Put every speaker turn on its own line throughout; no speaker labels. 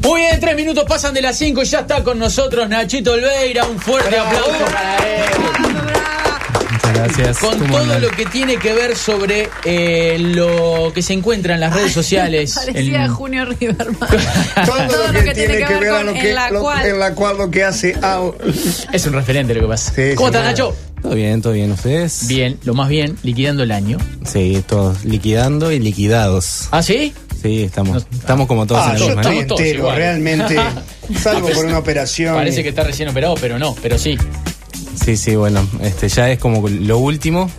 23 minutos pasan de las 5 y ya está con nosotros Nachito Olveira. Un fuerte aplauso para él.
Muchas gracias.
Con
¿Cómo
todo
andan?
lo que tiene que ver sobre eh, lo que se encuentra en las redes sociales.
Parecía
El-
Junio Riverman.
Todo, lo que tiene que ver a lo que,
en la
lo-
cual.
en la cual lo que hace Ao.
Es un referente lo que pasa.
Sí,
¿Cómo
sí,
estás,
claro.
Nacho?
Todo bien, todo bien. ¿Ustedes?
Bien, lo más bien, liquidando el año.
Sí, todos liquidando y liquidados.
¿Ah, sí?
Sí, estamos,
No-
estamos como todos
Ah,
en la
yo
misma,
estoy
estamos todos
entero,
igual.
realmente. Salvo por una operación.
Parece que está recién operado, pero no, pero sí.
¿no? Sí, sí, bueno, este ya es como lo último.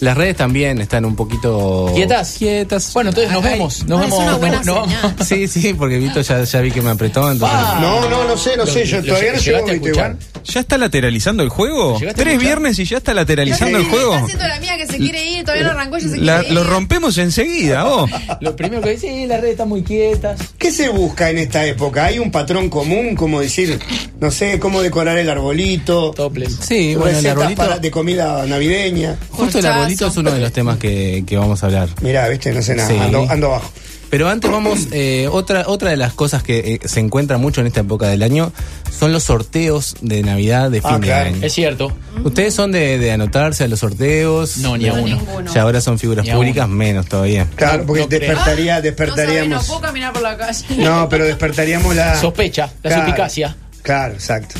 Las redes también están un
Oh.
poquito
¿Quietas?
Quietas.
Bueno, entonces nos
Ay,
vemos. Nos
Ah, es
vemos.
una
nos-
buena
nos vamos.
señal.
Sí, sí, porque Vito ya, ya vi que me apretó, entonces.
Ah.
No, no, no sé, no
Lo-
sé. Yo
lo
todavía no
llegaste
llego
a
Vito
escuchar.
igual.
¿Ya está lateralizando el juego?
¿Llegaste a
Tres
escuchar?
viernes y ya está lateralizando
Sí,
el juego.
Está haciendo la mía que se quiere ir, todavía no arrancó, ya se
La-
quiere
lo
ir.
rompemos enseguida, vos.
Lo primero que dice, sí, las redes están muy quietas.
¿Qué se busca en esta época? ¿Hay un patrón común? Como decir, no sé, cómo decorar el arbolito.
Toples.
Sí, bueno, el
recetas
arbolito.
para- de comida navideña.
Justo el
Corchazo.
arbolito es uno de los temas que, que vamos a hablar.
Mirá, viste, no sé nada.
Sí.
Ando, ando abajo.
Pero antes vamos, eh, otra, otra de las cosas que eh, se encuentra mucho en esta época del año son los sorteos de Navidad, de fin
Ah,
de
claro.
año.
Es cierto.
¿Ustedes son de, de anotarse a los sorteos?
No, ni
De-
a uno.
Ninguno.
Ya ahora son figuras
Ni a
públicas, menos todavía.
Claro, porque
no creo.
despertaría,
No sabés, no
despertaríamos.
puedo caminar por la calle.
No, pero despertaríamos la.
Sospecha, la suspicacia.
Claro, exacto.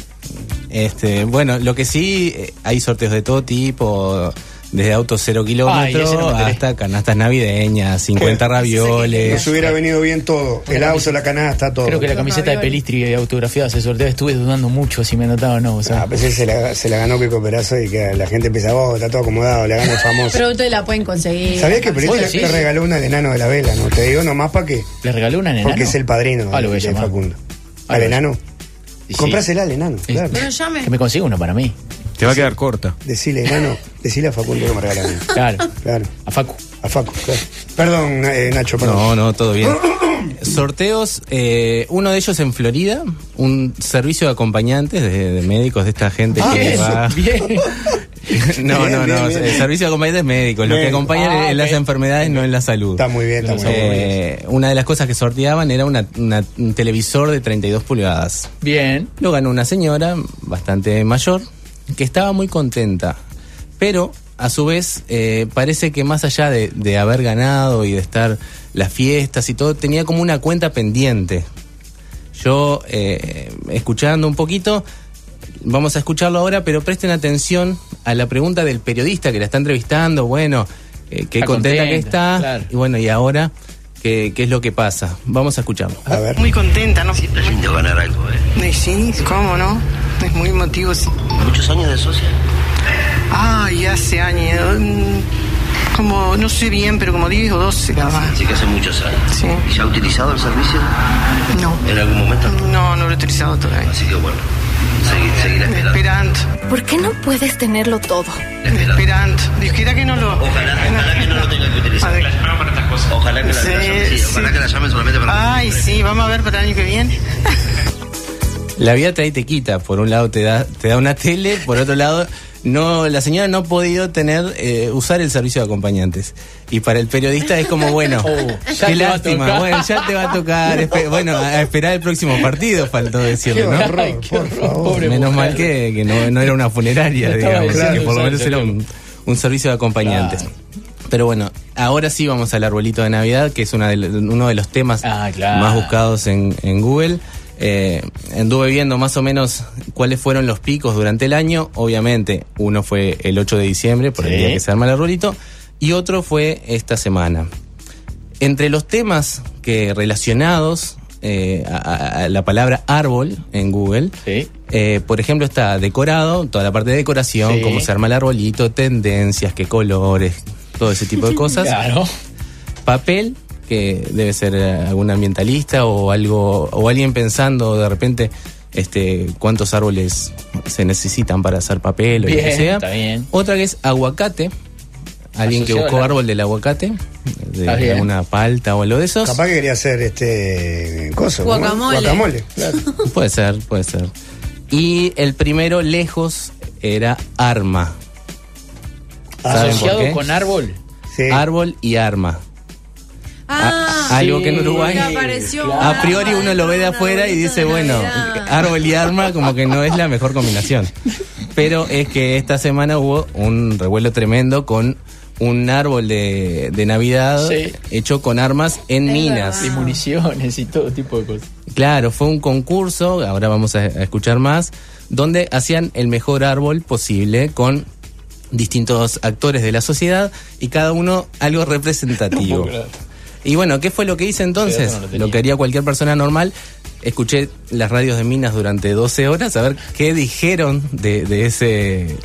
Este, bueno, lo que sí, eh, hay sorteos de todo tipo, desde autos cero kilómetros
ese no me enteré.
hasta canastas navideñas, 50
Nos
ravioles.
hubiera venido bien todo. El auto, la canasta, todo.
Creo que la camiseta de Pelistri autografiada se sorteaba. Estuve dudando mucho si me anotaba o no. O sea,
A veces Ah, se la, se la ganó que Perazo y que la gente empieza, oh, está todo acomodado, la gana el famoso.
Pero ustedes la pueden conseguir.
¿Sabías que Perazo
Oye,
le
sí,
le
sí.
regaló una al enano de la vela? no Te digo nomás para que.
¿le regaló una nena?
Porque es el padrino
Ah, lo voy a
de, de
llamar.
Facundo.
Ah, lo
¿Al
voy a
enano?
Sí.
Comprásela al enano,
Sí.
claro.
Bueno, llame.
Que me consiga uno para mí.
Te va a quedar corta.
Decile, enano, decile a Facundo que me regala a mí.
Claro.
Claro,
A Facu.
a Facu, claro. Perdón, eh, Nacho, perdón.
No, no, todo bien. Sorteos, eh, uno de ellos en Florida, un servicio de acompañantes de, de médicos de esta gente
Ah,
que
eso,
va.
Bien.
No, no,
Bien,
no.
bien, bien.
El servicio de acompañantes médicos, los que
Bien.
acompañan
Ah,
en las
ok.
enfermedades, no en la salud.
Está muy bien, está muy bien.
Eh, una de las cosas que sorteaban era una- una- un televisor de 32 pulgadas.
Bien.
Lo ganó una señora bastante mayor que estaba muy contenta, pero a su vez eh, parece que más allá de, de haber ganado y de estar las fiestas y todo, tenía como una cuenta pendiente. Yo, eh, escuchando un poquito, vamos a escucharlo ahora, pero presten atención a la pregunta del periodista que la está entrevistando, bueno, eh, qué
Está
contenta, que
contenta,
está,
claro.
y bueno, y ahora, ¿qué, qué es lo que pasa? Vamos a escucharlo.
A ver.
Muy contenta, ¿no?
Está lindo ganar algo, ¿eh?
¿Y Sí, ¿cómo no? Es muy emotivo. sí.
¿Muchos años de socia?
Ay, hace años. mm, Como, no sé bien, pero como 10 o 12 nada más.
Así que hace muchos años.
Sí.
¿Y ya ha utilizado el servicio
No.
en algún momento?
No, no lo he utilizado todavía.
Así que bueno, seguir, seguir esperando.
Esperando,
¿Por qué no puedes tenerlo todo?
esperando.
esperando. Dios quiera que no lo.
Ojalá, ojalá que no lo tenga que
A
utilizar.
ver.
Ojalá que la, la llamen,
Sí,
sí, ojalá
sí.
que la llamen solamente para...
Ay, sí, vamos a ver para el año que viene.
La vida te, ahí te quita, por un lado te da, te da una tele, por otro lado, no, la señora no ha podido tener, eh, usar el servicio de acompañantes. Y para el periodista es como, bueno,
Oh, ya te
qué
va a
lástima,
tocar.
bueno, ya te va a tocar, espe- bueno, a esperar el próximo partido, faltó decirle,
Qué
¿no?
horror,
Ay, qué
por
horror,
favor.
pobre
Menos
mujer.
mal que, que no, no era una funeraria,
No estaba
digamos,
diciendo
que por lo
exacto,
menos era un, un servicio de acompañantes.
Claro.
Pero bueno, ahora sí vamos al arbolito de Navidad, que es una de lo- uno de los temas
Ah, claro.
más buscados en, en Google. Eh, anduve viendo más o menos cuáles fueron los picos durante el año. Obviamente, uno fue el 8 de diciembre, por el
Sí.
día que se arma el arbolito, y otro fue esta semana. Entre los temas que relacionados eh, a- a- a la palabra árbol en Google,
Sí.
eh, por ejemplo, está decorado, toda la parte de decoración,
Sí.
cómo se arma el arbolito, tendencias, qué colores, todo ese tipo de cosas.
Claro.
Papel, que debe ser eh, algún ambientalista o algo o alguien pensando de repente este cuántos árboles se necesitan para hacer papel o lo que
Bien,
sea.
está bien.
Otra que es aguacate. Alguien que
Asociado
buscó
al-
árbol del aguacate,
Está
de
bien.
alguna palta o algo de esos.
Capaz que quería hacer este. Coso, ¿no?
Guacamole.
Guacamole, claro.
Puede ser, puede ser. Y el primero, lejos, era arma. ¿Saben por
Ah,
Asociado
qué?
con árbol.
Sí.
Árbol y arma.
Ah,
Algo que en Uruguay
Nunca apareció un
a priori
árbol
uno lo ve
dentro
de
de un
afuera y
arbolito
dice,
de
bueno,
Navidad.
árbol y arma como que no es la mejor combinación. Pero es que esta semana hubo un revuelo tremendo con un árbol de, de Navidad
Sí.
hecho con armas en
Es
minas.
verdad.
Y municiones y todo tipo de cosas.
Claro, fue un concurso, ahora vamos a, a escuchar más, donde hacían el mejor árbol posible con distintos actores de la sociedad y cada uno algo representativo. y bueno, ¿qué fue lo que hice entonces?
Sí, eso no lo tenía.
lo que haría cualquier persona normal. Escuché las radios de Minas durante 12 horas a ver qué dijeron de, de ese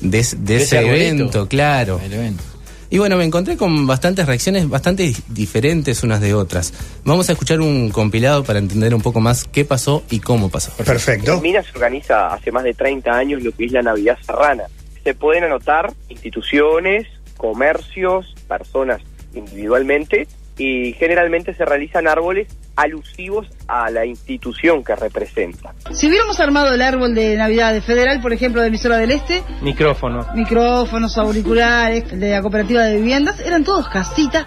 de, es- de ese,
arbolito.
evento, claro.
El evento.
Y bueno, me encontré con bastantes reacciones bastante di- diferentes unas de otras. Vamos a escuchar un compilado para entender un poco más qué pasó y cómo pasó.
Perfecto.
Minas organiza hace más de 30 años lo que es la Navidad Serrana. Se pueden anotar instituciones, comercios, personas individualmente y generalmente se realizan árboles alusivos a la institución que representa.
Si hubiéramos armado el árbol de Navidad de Federal, por ejemplo, de Emisora del Este,
Micrófono.
micrófonos, auriculares, el de la cooperativa de viviendas, eran todos casitas.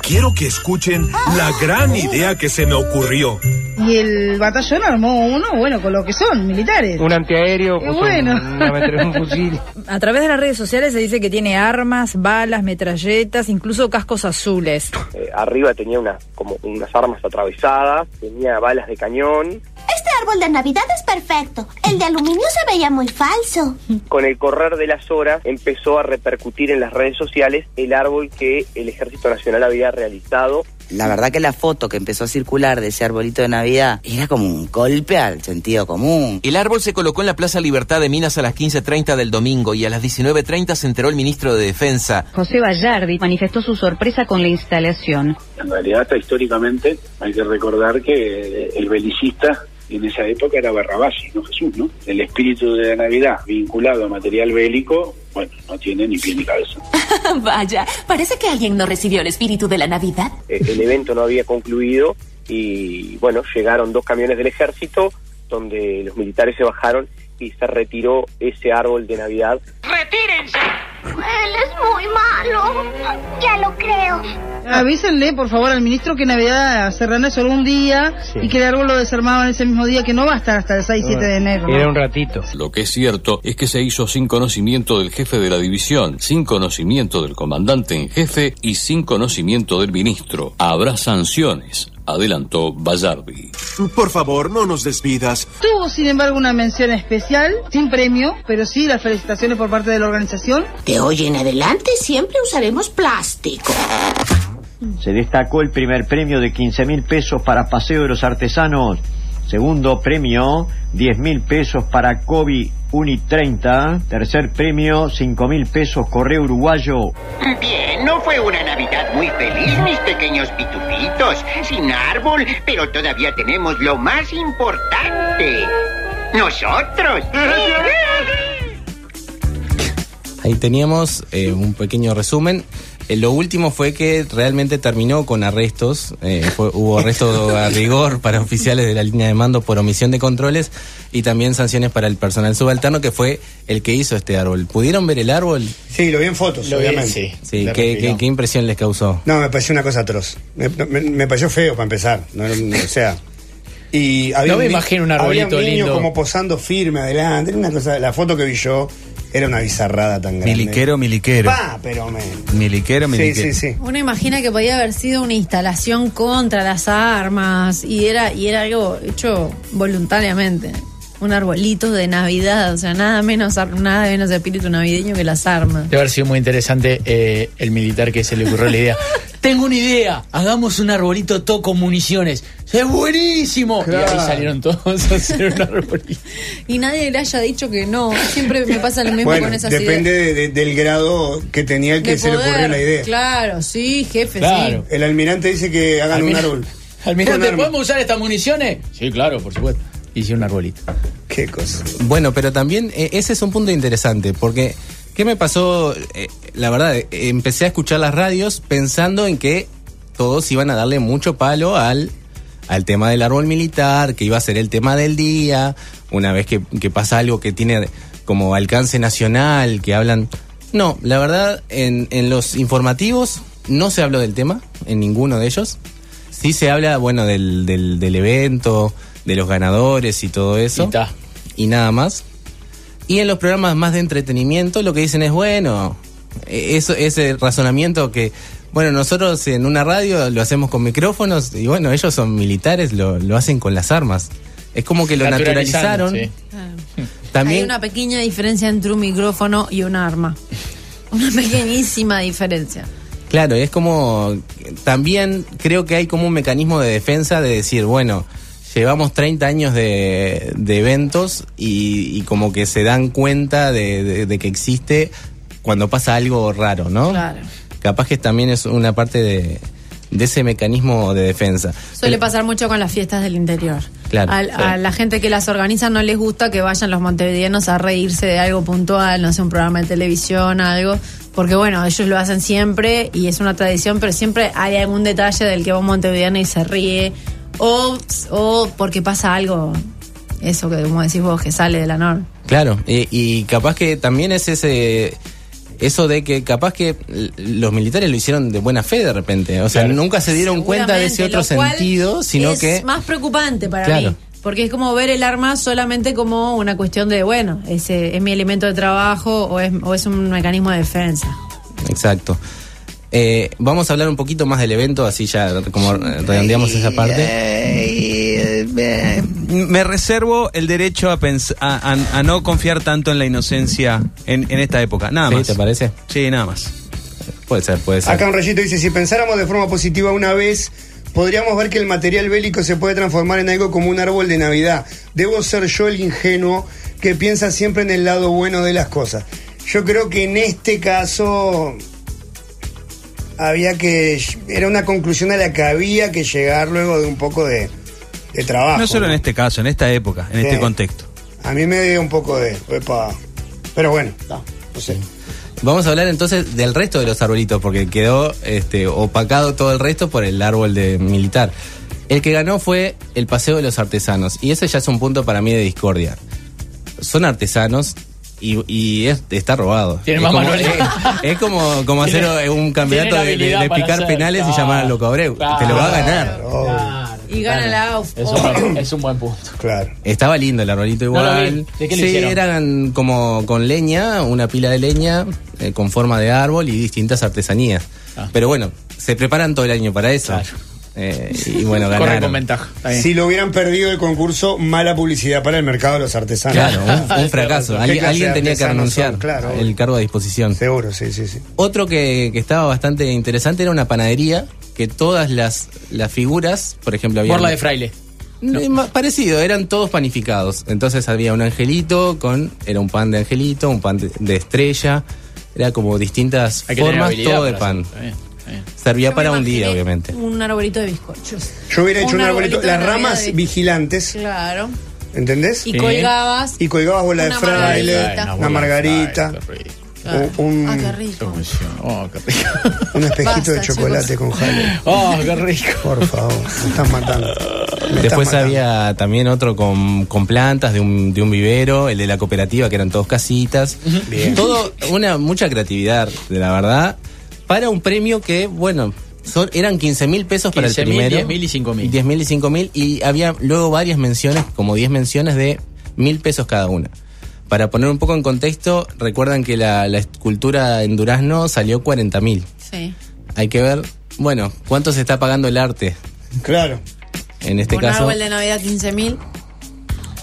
Quiero que escuchen la gran idea que se me ocurrió.
Y el batallón armó uno, bueno, con lo que son, militares.
antiaéreo,
Qué puso bueno. un- una metralleta, un fusil.
A través de las redes sociales se dice que tiene armas, balas, metralletas, incluso cascos azules.
Eh, arriba tenía una, como unas armas atravesadas, tenía balas de cañón.
Este árbol de Navidad es perfecto. El de aluminio se veía muy falso.
Con el correr de las horas empezó a repercutir en las redes sociales el árbol que el Ejército Nacional había realizado
La verdad que la foto que empezó a circular de ese arbolito de Navidad era como un golpe al sentido común.
El árbol se colocó en la Plaza Libertad de Minas a las 15.30 del domingo y a las 19.30 se enteró el ministro de Defensa.
José Vallardi manifestó su sorpresa con la instalación.
En realidad, hasta históricamente, hay que recordar que eh, el belicista en esa época era Barrabás, no Jesús, ¿no? El espíritu de la Navidad vinculado a material bélico, bueno, no tiene ni pie ni cabeza.
Vaya, parece que alguien no recibió el espíritu de la Navidad.
Eh, el evento no había concluido y bueno, llegaron dos camiones del ejército donde los militares se bajaron y se retiró ese árbol de Navidad.
¡Retírense! Él es muy malo. Ya lo creo.
Ah.
Avísenle, por favor, al ministro que Navidad Serrana es solo un día y que el árbol lo desarmaban ese mismo día, que no va a estar hasta el 6 7 de enero. ¿no?
ratito. Lo que es cierto es que se hizo sin conocimiento del jefe de la división, sin conocimiento del comandante en jefe y sin conocimiento del ministro. Habrá sanciones, adelantó Bayardi.
Por favor, no nos desvidas.
Tuvo, sin embargo, una mención especial, sin premio, pero sí las felicitaciones por parte de la organización.
De hoy en adelante siempre usaremos plástico.
Se destacó el primer premio de 15 mil pesos para Paseo de los Artesanos. Segundo premio, 10 mil pesos para Kobe Uni 30. Tercer premio, 5 mil pesos Correo Uruguayo.
Bien, no fue una Navidad muy feliz, mis pequeños pitufitos. Sin árbol, pero todavía tenemos lo más importante. Nosotros.
Ahí teníamos eh, un pequeño resumen. Eh, lo último fue que realmente terminó con arrestos. eh, fue- hubo arresto a rigor para oficiales de la línea de mando por omisión de controles y también sanciones para el personal subalterno que fue el que hizo este árbol. ¿Pudieron ver el árbol?
Sí, lo vi en fotos,
Lo vi,
obviamente.
sí. Sí, ¿qué- qué- qué impresión les causó?
No, me pareció una cosa atroz. Me, me- me pareció feo para empezar. No, no, no, o sea. Y había
No me
ni-
imagino un
había
arbolito
un niño
lindo.
como posando firme adelante. Era una cosa, la foto que vi yo era una bizarrada tan grande.
Miliquero, miliquero.
Pa, pero me.
Miliquero,
Sí,
miliquero.
sí, sí.
Uno imagina que podía haber sido una instalación contra las armas y era, y era algo hecho voluntariamente. Un arbolito de Navidad, o sea, nada menos, ar- nada menos espíritu navideño que las armas.
Debe haber sido muy interesante eh, el militar que se le ocurrió la idea. Tengo una idea, hagamos un arbolito todo con municiones. ¡Es buenísimo! Y ahí
Claro.
salieron todos a hacer un arbolito.
Y nadie le haya dicho que no. Siempre me pasa lo mismo
Bueno,
con esas
depende
ideas.
de- de- del grado que tenía el que
De
se le ocurrió
poder,
la idea.
Claro, sí, jefe, sí.
El almirante dice que hagan un
Almirante-
árbol.
Almirante,
Con armas.
¿podemos usar estas municiones? Sí, claro, por supuesto. Hice un arbolito.
Qué cosa.
Bueno, pero también eh, ese es un punto interesante, porque ¿qué me pasó? Eh, la verdad, eh, empecé a escuchar las radios pensando en que todos iban a darle mucho palo al, al tema del árbol militar, que iba a ser el tema del día, una vez que, que pasa algo que tiene como alcance nacional, que hablan... No, la verdad, en, en los informativos no se habló del tema, en ninguno de ellos. Sí se habla, bueno, del, del, del evento, de los ganadores y todo eso. Y, nada más. Y en los programas más de entretenimiento lo que dicen es, bueno, eh, eso, ese razonamiento que, bueno, nosotros en una radio lo hacemos con micrófonos y bueno, ellos son militares, lo, lo hacen con las armas. Es como que lo
Naturalizando,
naturalizaron.
Ah. Hay
También
una pequeña diferencia entre un micrófono y un arma. Una pequeñísima diferencia.
Claro, es como. También creo que hay como un mecanismo de defensa de decir, bueno, llevamos 30 años de, de eventos y, y como que se dan cuenta de, de- de que existe cuando pasa algo raro, ¿no?
Claro.
Capaz que también es una parte de, de ese mecanismo de defensa.
Suele pasar mucho con las fiestas del interior.
Claro,
Al-
sí.
A la gente que las organiza no les gusta que vayan los montevideanos a reírse de algo puntual, no sé, un programa de televisión, algo. Porque bueno, ellos lo hacen siempre y es una tradición, pero siempre hay algún detalle del que va un montevideano y se ríe. O, o porque pasa algo, eso que como decís vos, que sale de la norma.
Claro, y, y capaz que también es ese eso de que capaz que l- los militares lo hicieron de buena fe de repente, o sea, nunca se dieron cuenta de ese
Seguramente,
otro
lo cual
sentido, sino
es
que
más preocupante para
Claro.
mí. Porque es como ver el arma solamente como una cuestión de, bueno, ese es mi elemento de trabajo o es, o es un mecanismo de defensa.
exacto. Eh, vamos a hablar un poquito más del evento, así ya como eh, redondeamos esa parte.
Me reservo el derecho a, pens- a, a- a no confiar tanto en la inocencia en, en esta época. Nada
¿Sí?
más.
¿Te parece?
Sí, nada más.
Puede ser, puede
ser.
Acá un rayito dice, si pensáramos de forma positiva una vez, podríamos ver que el material bélico se puede transformar en algo como un árbol de Navidad. Debo ser yo el ingenuo que piensa siempre en el lado bueno de las cosas. Yo creo que en este caso había que era una conclusión a la que había que llegar luego de un poco de, de trabajo.
no solo en este caso, en esta época, en
Sí.
este contexto.
A mí me dio un poco de, epa. pero bueno, no, no sé.
Vamos a hablar entonces del resto de los arbolitos, porque quedó este, opacado todo el resto por el árbol de militar. El que ganó fue el Paseo de los Artesanos, y ese ya es un punto para mí de discordia. Son artesanos y, y es- está robado.
Tiene
es
más
como,
manualidad.
es- es como, como hacer
Tiene-
un campeonato
tiene la
de, de- de
habilidad para
picar
hacer,
penales y
claro,
llamar a Loco Abreu. Te lo va a ganar.
Oh.
Y gana la oh. AUF.
Es un, buen, es un buen punto.
Claro.
Estaba lindo el arbolito
No lo
igual.
vi. ¿De qué lo
sí,
hicieron?
eran como con leña, una pila de leña eh, con forma de árbol y distintas artesanías.
Ah.
Pero bueno, se preparan todo el año para eso. Eh, y bueno,
Corre
ganaron.
con
ventaja.
Si lo hubieran perdido el concurso, mala publicidad para el mercado de los artesanos. Ah,
Claro, un, un fracaso.
¿Qué
Alguien,
clase
alguien
de
tenía que
artesanos
renunciar
son? Claro.
el cargo a disposición.
Seguro, sí, sí, sí.
Otro que, que estaba bastante interesante era una panadería que todas las, las figuras, por ejemplo, había...
Borla de fraile.
Eh, ma- Parecido, eran todos panificados. Entonces había un angelito con. Era un pan de angelito, un pan de, de estrella. Era como distintas
Hay que tener
formas,
habilidad
todo de
para
pan.
hacer- está bien, está bien.
Servía para un día, obviamente.
Un arbolito de bizcochos.
Yo hubiera hecho un arbolito,
de
las
Navidad
ramas
de-
vigilantes,
Claro.
¿entendés?
Y Sí. colgabas
Y colgabas bola de
una
fraile,
margarita.
una
Una bola de
margarita,
Claro.
u- un,
Ah, qué rico.
Oh, qué rico.
un espejito
Basta,
de chocolate con jale.
Oh, qué rico.
Por favor, me estás matando.
Después había también otro con, con plantas de un, de un vivero, el de la cooperativa, que eran todos casitas.
Bien.
Todo, una, mucha creatividad, de la verdad, para un premio que, bueno, son- eran 15 mil pesos para el
15.000,
primero.
10.000 y 5.000.
10 mil y 5 mil. Y había luego varias menciones, como 10 menciones de mil pesos cada una. Para poner un poco en contexto, recuerdan que la, la escultura en Durazno salió 40 mil.
Sí.
Hay que ver, bueno, cuánto se está pagando el arte.
Claro.
En este
un
caso.
árbol de Navidad 15.000.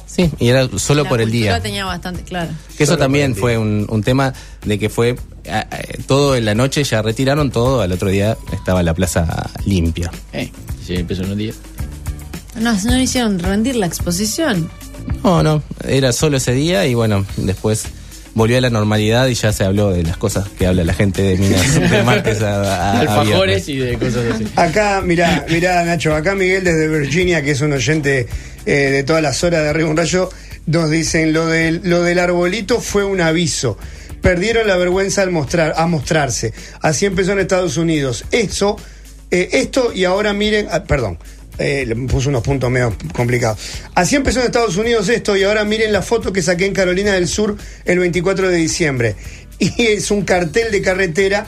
Sí, y era solo
La
por el día.
cultura tenía bastante, claro.
Que eso también fue un, un tema de que fue ah, ah, todo en la noche, ya retiraron todo, al otro día estaba la plaza limpia.
Eh, sí, empezó en un día.
No, no hicieron rendir la exposición.
No, no, era solo ese día y bueno, después volvió a la normalidad y ya se habló de las cosas que habla la gente de Minas de martes a, a- a
Alfajores y
viernes.
de cosas así.
Acá, mirá, mirá, Nacho, acá Miguel desde Virginia, que es un oyente eh, de todas las horas de Arriba un Rayo, nos dicen, lo del, lo del arbolito fue un aviso. Perdieron la vergüenza al mostrar, a mostrarse. Así empezó en Estados Unidos. Eso, eh, esto y ahora miren, ah, perdón, eh, le puso unos puntos medio complicados. Así empezó en Estados Unidos esto y ahora miren la foto que saqué en Carolina del Sur el 24 de diciembre. Y es un cartel de carretera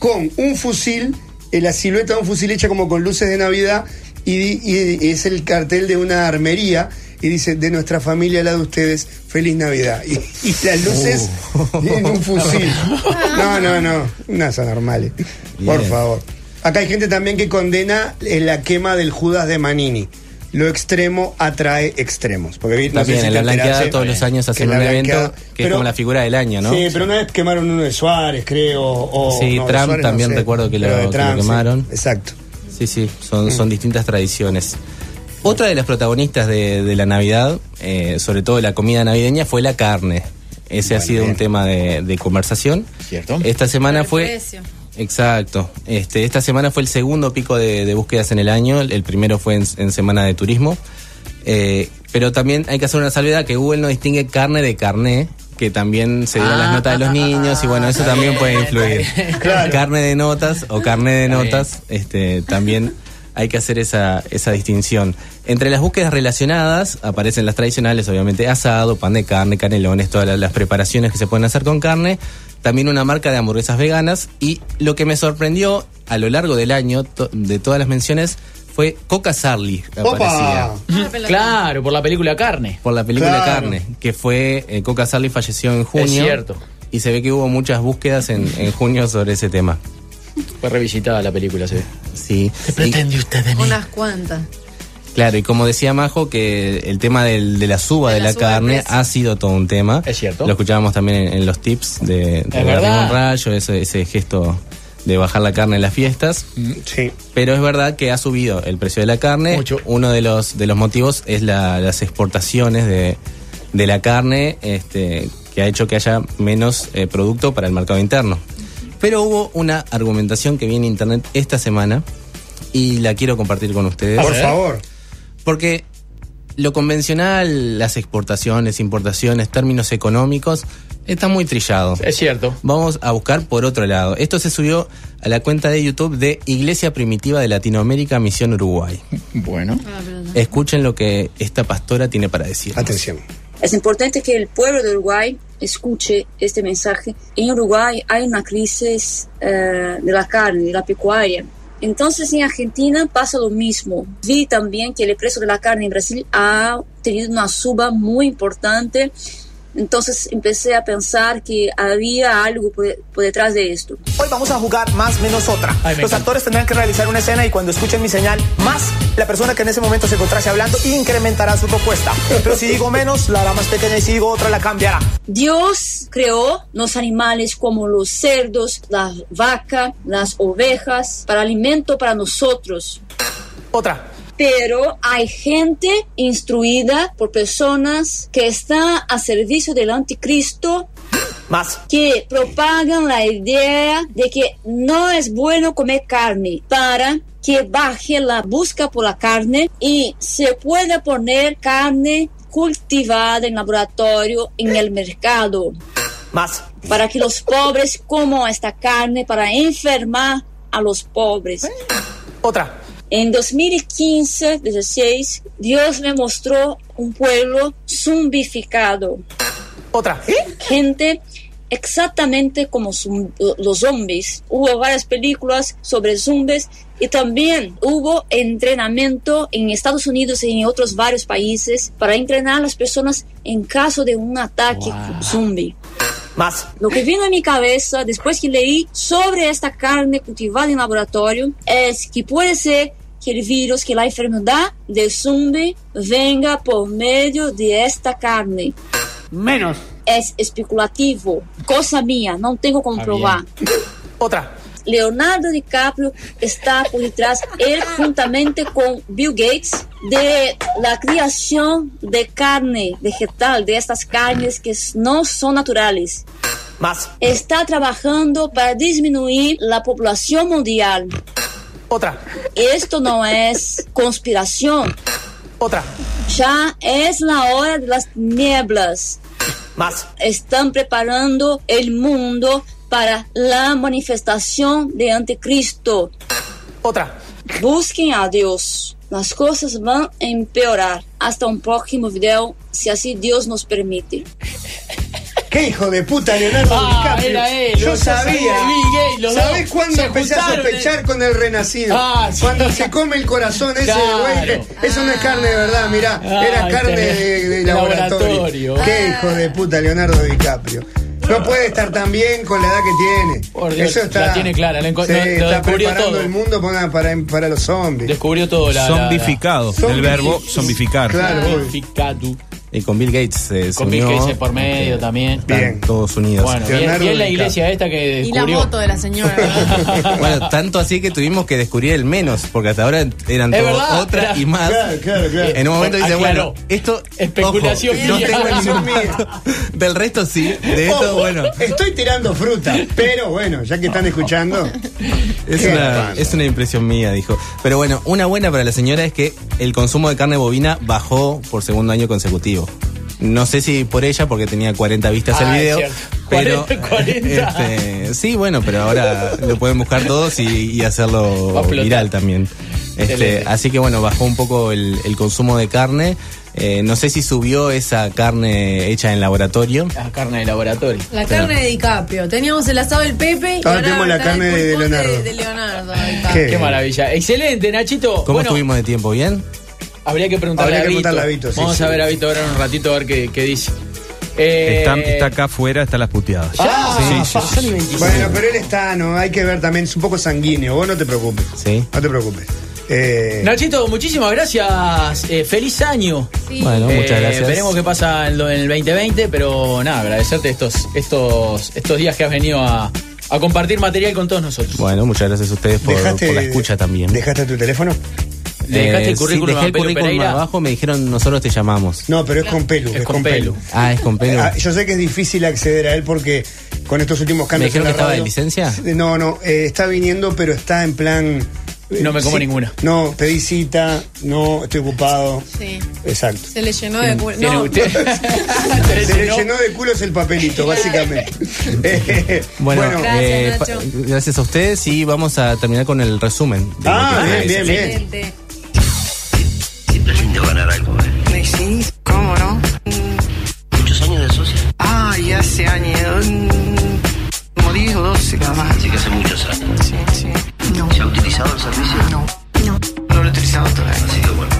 con un fusil eh, la silueta de un fusil hecha como con luces de Navidad y, di- y- y es el cartel de una armería y dice, de nuestra familia, la de ustedes, feliz Navidad. Y, y las luces
Uh.
tienen un fusil. No, no, no, unas anormales. Por
Bien.
favor. Acá hay gente también que condena eh, la quema del Judas de Manini. Lo extremo atrae extremos. Porque vi- no sé
También,
si
en
te
la blanqueada
enteraste
todos los años
que
hacen
la
un
blanqueada-
evento que es
pero-
como la figura del año, ¿no?
Sí, pero una vez quemaron uno de Suárez, creo. O,
Sí,
no, de
Trump
Suárez no
también
sé,
recuerdo que lo,
pero de
que lo
Trump, sí.
quemaron.
Exacto.
Sí, sí, son, son distintas tradiciones. Otra de las protagonistas de, de la Navidad, eh, sobre todo de la comida navideña, fue la carne. Ese ha sido un tema de, de conversación.
¿Cierto?
Esta semana fue...
Precio.
Exacto. Este, esta semana fue el segundo pico de, de búsquedas en el año. El el primero fue en, en semana de turismo. Eh, pero también hay que hacer una salvedad que Google no distingue carne de carné, que también se dieron las notas de los niños y bueno, eso también puede influir. Carne de notas o carne de notas, este, también hay que hacer esa, esa distinción. Entre las búsquedas relacionadas aparecen las tradicionales, obviamente asado, pan de carne, canelones, todas la- las preparaciones que se pueden hacer con carne. También una marca de hamburguesas veganas. Y lo que me sorprendió a lo largo del año, to- de todas las menciones, fue Coca Sarli. Aparecía.
Ah,
Claro, por la película Carne.
Por la película
Claro.
Carne, que fue eh, Coca Sarli falleció en junio.
cierto.
Y se ve que hubo muchas búsquedas en, en junio sobre ese tema.
Fue revisitada la película, se ve.
Sí.
¿Qué pretende usted de mí?
Unas cuantas.
Claro, y como decía Majo, que el tema del- de la suba de, la,
suba de
carne
precio.
ha sido todo un tema. Es
cierto.
Lo escuchábamos también en, en los tips de, de
verdad.
Garrido un Rayo, ese, ese gesto de bajar la carne en las fiestas.
Sí.
Pero es verdad que ha subido el precio de la carne. Uno de los, de los motivos es la- las exportaciones de, de la carne, este, que ha hecho que haya menos eh, producto para el mercado interno. Pero hubo una argumentación que vi en internet esta semana y la quiero compartir con ustedes.
Por favor.
Porque lo convencional, las exportaciones, importaciones, términos económicos, está muy trillado.
Es cierto.
Vamos a buscar por otro lado. Esto se subió a la cuenta de YouTube de Iglesia Primitiva de Latinoamérica, Misión Uruguay.
Bueno.
Escuchen lo que esta pastora tiene para decir.
Atención.
Es importante que el pueblo de Uruguay escuche este mensaje. En Uruguay hay una crisis eh, de la carne, de la pecuaria. Entonces en Argentina pasa lo mismo. Vi también que el precio de la carne en Brasil ha tenido una suba muy importante. Entonces empecé a pensar que había algo por- por detrás de esto.
Hoy vamos a jugar más menos otra. Los actores tendrán que realizar una escena y cuando escuchen mi señal más, la persona que en ese momento se encontrase hablando incrementará su propuesta. Pero si digo menos, la hará más pequeña y si digo otra, la cambiará.
Dios creó los animales como los cerdos, las vacas, las ovejas, para alimento para nosotros.
Otra.
Pero hay gente instruida por personas que están a servicio del anticristo
Más.
que propagan la idea de que no es bueno comer carne para que baje la busca por la carne y se pueda poner carne cultivada en laboratorio en el mercado
Más.
para que los pobres coman esta carne para enfermar a los pobres.
Eh, Otra.
En 2015-16, Dios me mostró un pueblo zombificado. ¿Eh?
Otra.
Gente exactamente como zum- los zombies. Hubo varias películas sobre zombies y también hubo entrenamiento en Estados Unidos y en otros varios países para entrenar a las personas en caso de un ataque zombie.
Más.
Lo que vino a mi cabeza después que leí sobre esta carne cultivada en laboratorio es que puede ser que el virus, que la enfermedad de zombie venga por medio de esta carne.
Menos.
Es especulativo, cosa mía, no tengo como probar.
Otra.
Leonardo DiCaprio está por detrás, él juntamente con Bill Gates, de la creación de carne vegetal, de estas carnes que no son naturales
Más.
está trabajando para disminuir la población mundial.
Otra.
Esto no es conspiración.
Otra.
Ya es la hora de las nieblas.
Más.
Están preparando el mundo para la manifestación de anticristo.
Otra.
Busquen a Dios. Las cosas van a empeorar. Hasta un próximo video, si así Dios nos permite.
¿Qué hijo de puta Leonardo
Ah,
DiCaprio?
era él,
Yo
yo
sabía.
sabía, vi, gay, los
¿Sabés
dos
cuándo
se
empecé a
juntaron, eh?
sospechar con el renacido?
Ah, sí.
Cuando se come el corazón ese
Claro.
güey. dije, Eso no es carne de verdad, mirá.
Ah,
era carne
este,
de, de
de
laboratorio.
laboratorio.
Qué hijo de puta Leonardo DiCaprio. No puede estar tan bien con la edad que tiene.
Por Dios,
Eso está.
la tiene clara, la enco-
sí,
lo- lo
está
descubrió
preparando
todo.
el mundo para, para, para los zombies.
Descubrió todo la.
Zombificado,
Zombi-
del verbo zombificar.
Zombificado.
Y con Bill Gates se
Con Bill Gates por medio también.
Bien. Todos unidos.
Bueno, y, y es la iglesia esta que
Y la
descubrió.
moto de la señora.
Bueno, tanto así que tuvimos que descubrir el menos, porque hasta ahora eran
Es
todo
verdad,
otra
era-
y más.
Claro, claro, claro.
En un momento dice,
Aclaró.
bueno, esto
Especulación
ojo, no
mía.
tengo ningún- del resto sí, de esto
Ojo,
bueno,
Estoy tirando fruta, pero bueno, ya que
Ah.
están escuchando.
es
Qué
una,
bárbaro.
es una impresión mía, dijo. Pero bueno, una buena para la señora es que el consumo de carne bovina bajó por segundo año consecutivo. No sé si por ella, porque tenía 40 vistas
Ah,
el
es
video,
cierto.
pero
40, 40.
Este, sí, bueno, pero ahora lo pueden buscar todos y, y
Va a
hacerlo
explotar.
viral también. Este,
Excelente.
así que bueno, bajó un poco el, el consumo de carne. Eh, no sé si subió esa carne hecha en laboratorio.
La carne de laboratorio.
La carne de DiCaprio. Teníamos el asado del Pepe. y
Ahora tenemos la
está
carne
el
de
pulpón
Leonardo.
de Leonardo DiCaprio.
Qué, maravilla. Excelente, Nachito.
¿Cómo
bueno,
estuvimos de tiempo? ¿Bien?
habría que preguntarle
Habría
a
que
Vito.
preguntarle a Vito, sí,
Vamos
sí.
a ver a Vito ahora en un ratito a ver qué, qué dice. Eh,
Está, está acá afuera, están las puteadas.
Ah,
Sí, sí, sí.
Bueno, pero él está, no, hay que ver también, es un poco sanguíneo, vos no te preocupes.
Sí.
No te preocupes. Eh,
Nachito, muchísimas gracias. Eh, feliz año.
Bueno,
Eh,
muchas gracias.
Veremos qué pasa en, lo- en el 2020, pero nada, agradecerte estos, estos, estos días que has venido a, a compartir material con todos nosotros.
Bueno, muchas gracias a ustedes por,
Dejaste-
por la escucha también. Eh,
¿Dejaste tu teléfono?
¿Le dejaste el currículum
dejé
a
el
Pelu
currículum
Pereira?
abajo, me dijeron nosotros te llamamos.
No, pero es con pelo. Es,
con pelo. Ah, es con pelo.
Ah, yo sé que es difícil acceder a él porque con estos últimos
¿Me
cambios.
dijeron
en la
que estaba de
radio-
licencia?
No, no, eh, está viniendo, pero está en plan. eh,
No me como ninguna.
No, pedí cita, no, estoy ocupado.
Sí.
Exacto.
Se le llenó de culo.
¿Tiene
No,
usted?
Eh,
Se le llenó de culos el papelito, básicamente. Eh,
Bueno,
bueno.
gracias,
Gracias,
gracias a ustedes y vamos a terminar con el resumen. de
Ah,
lo que
bien,
fue
bien, bien.
Excelente.
Siempre es lindo ganar algo, ¿eh? Sí, ¿cómo no? ¿Muchos años de socio? Ah, ya hace años. mm, Como 10 o 12 nada más. Sí, que hace muchos años. Sí, sí. ¿Se ha utilizado el servicio? No. No. No lo he utilizado todavía. Así que bueno.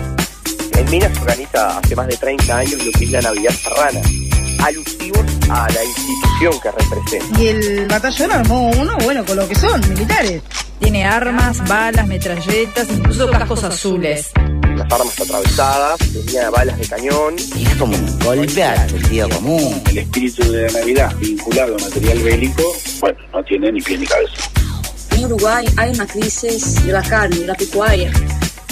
En Minas se organiza hace más de 30 años lo que es la Navidad Serrana, alusivos a la institución que representa.
Y el batallón armó uno, bueno, con lo que son, militares.
Tiene armas, balas, metralletas, incluso cascos azules.
Las armas atravesadas, tenía balas de cañón.
Era como un golpe al sentido común.
El espíritu de la Navidad vinculado a material bélico, bueno, no tiene ni pie ni cabeza.
En Uruguay hay una crisis de la carne, de la pecuaria.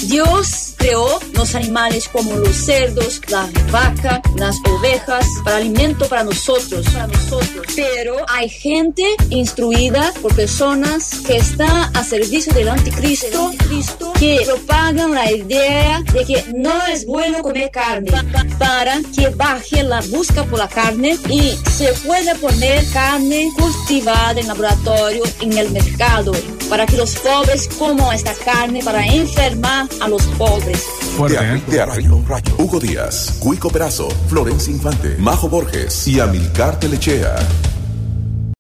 Dios creó los animales como los cerdos, las vacas, las ovejas, para alimento para nosotros, para nosotros. Pero hay gente instruida por personas que están a servicio del anticristo, Cristo, que propagan la idea de que no es bueno comer carne, pa- para que baje la busca por la carne y se pueda poner carne cultivada en laboratorio en el mercado, para que los pobres coman esta carne para enfermar a los pobres.
de, de Arroyo, Rayo, Hugo Díaz, Cuico Perazo, Florencia Infante, Majo Borges y Amilcar Telechea.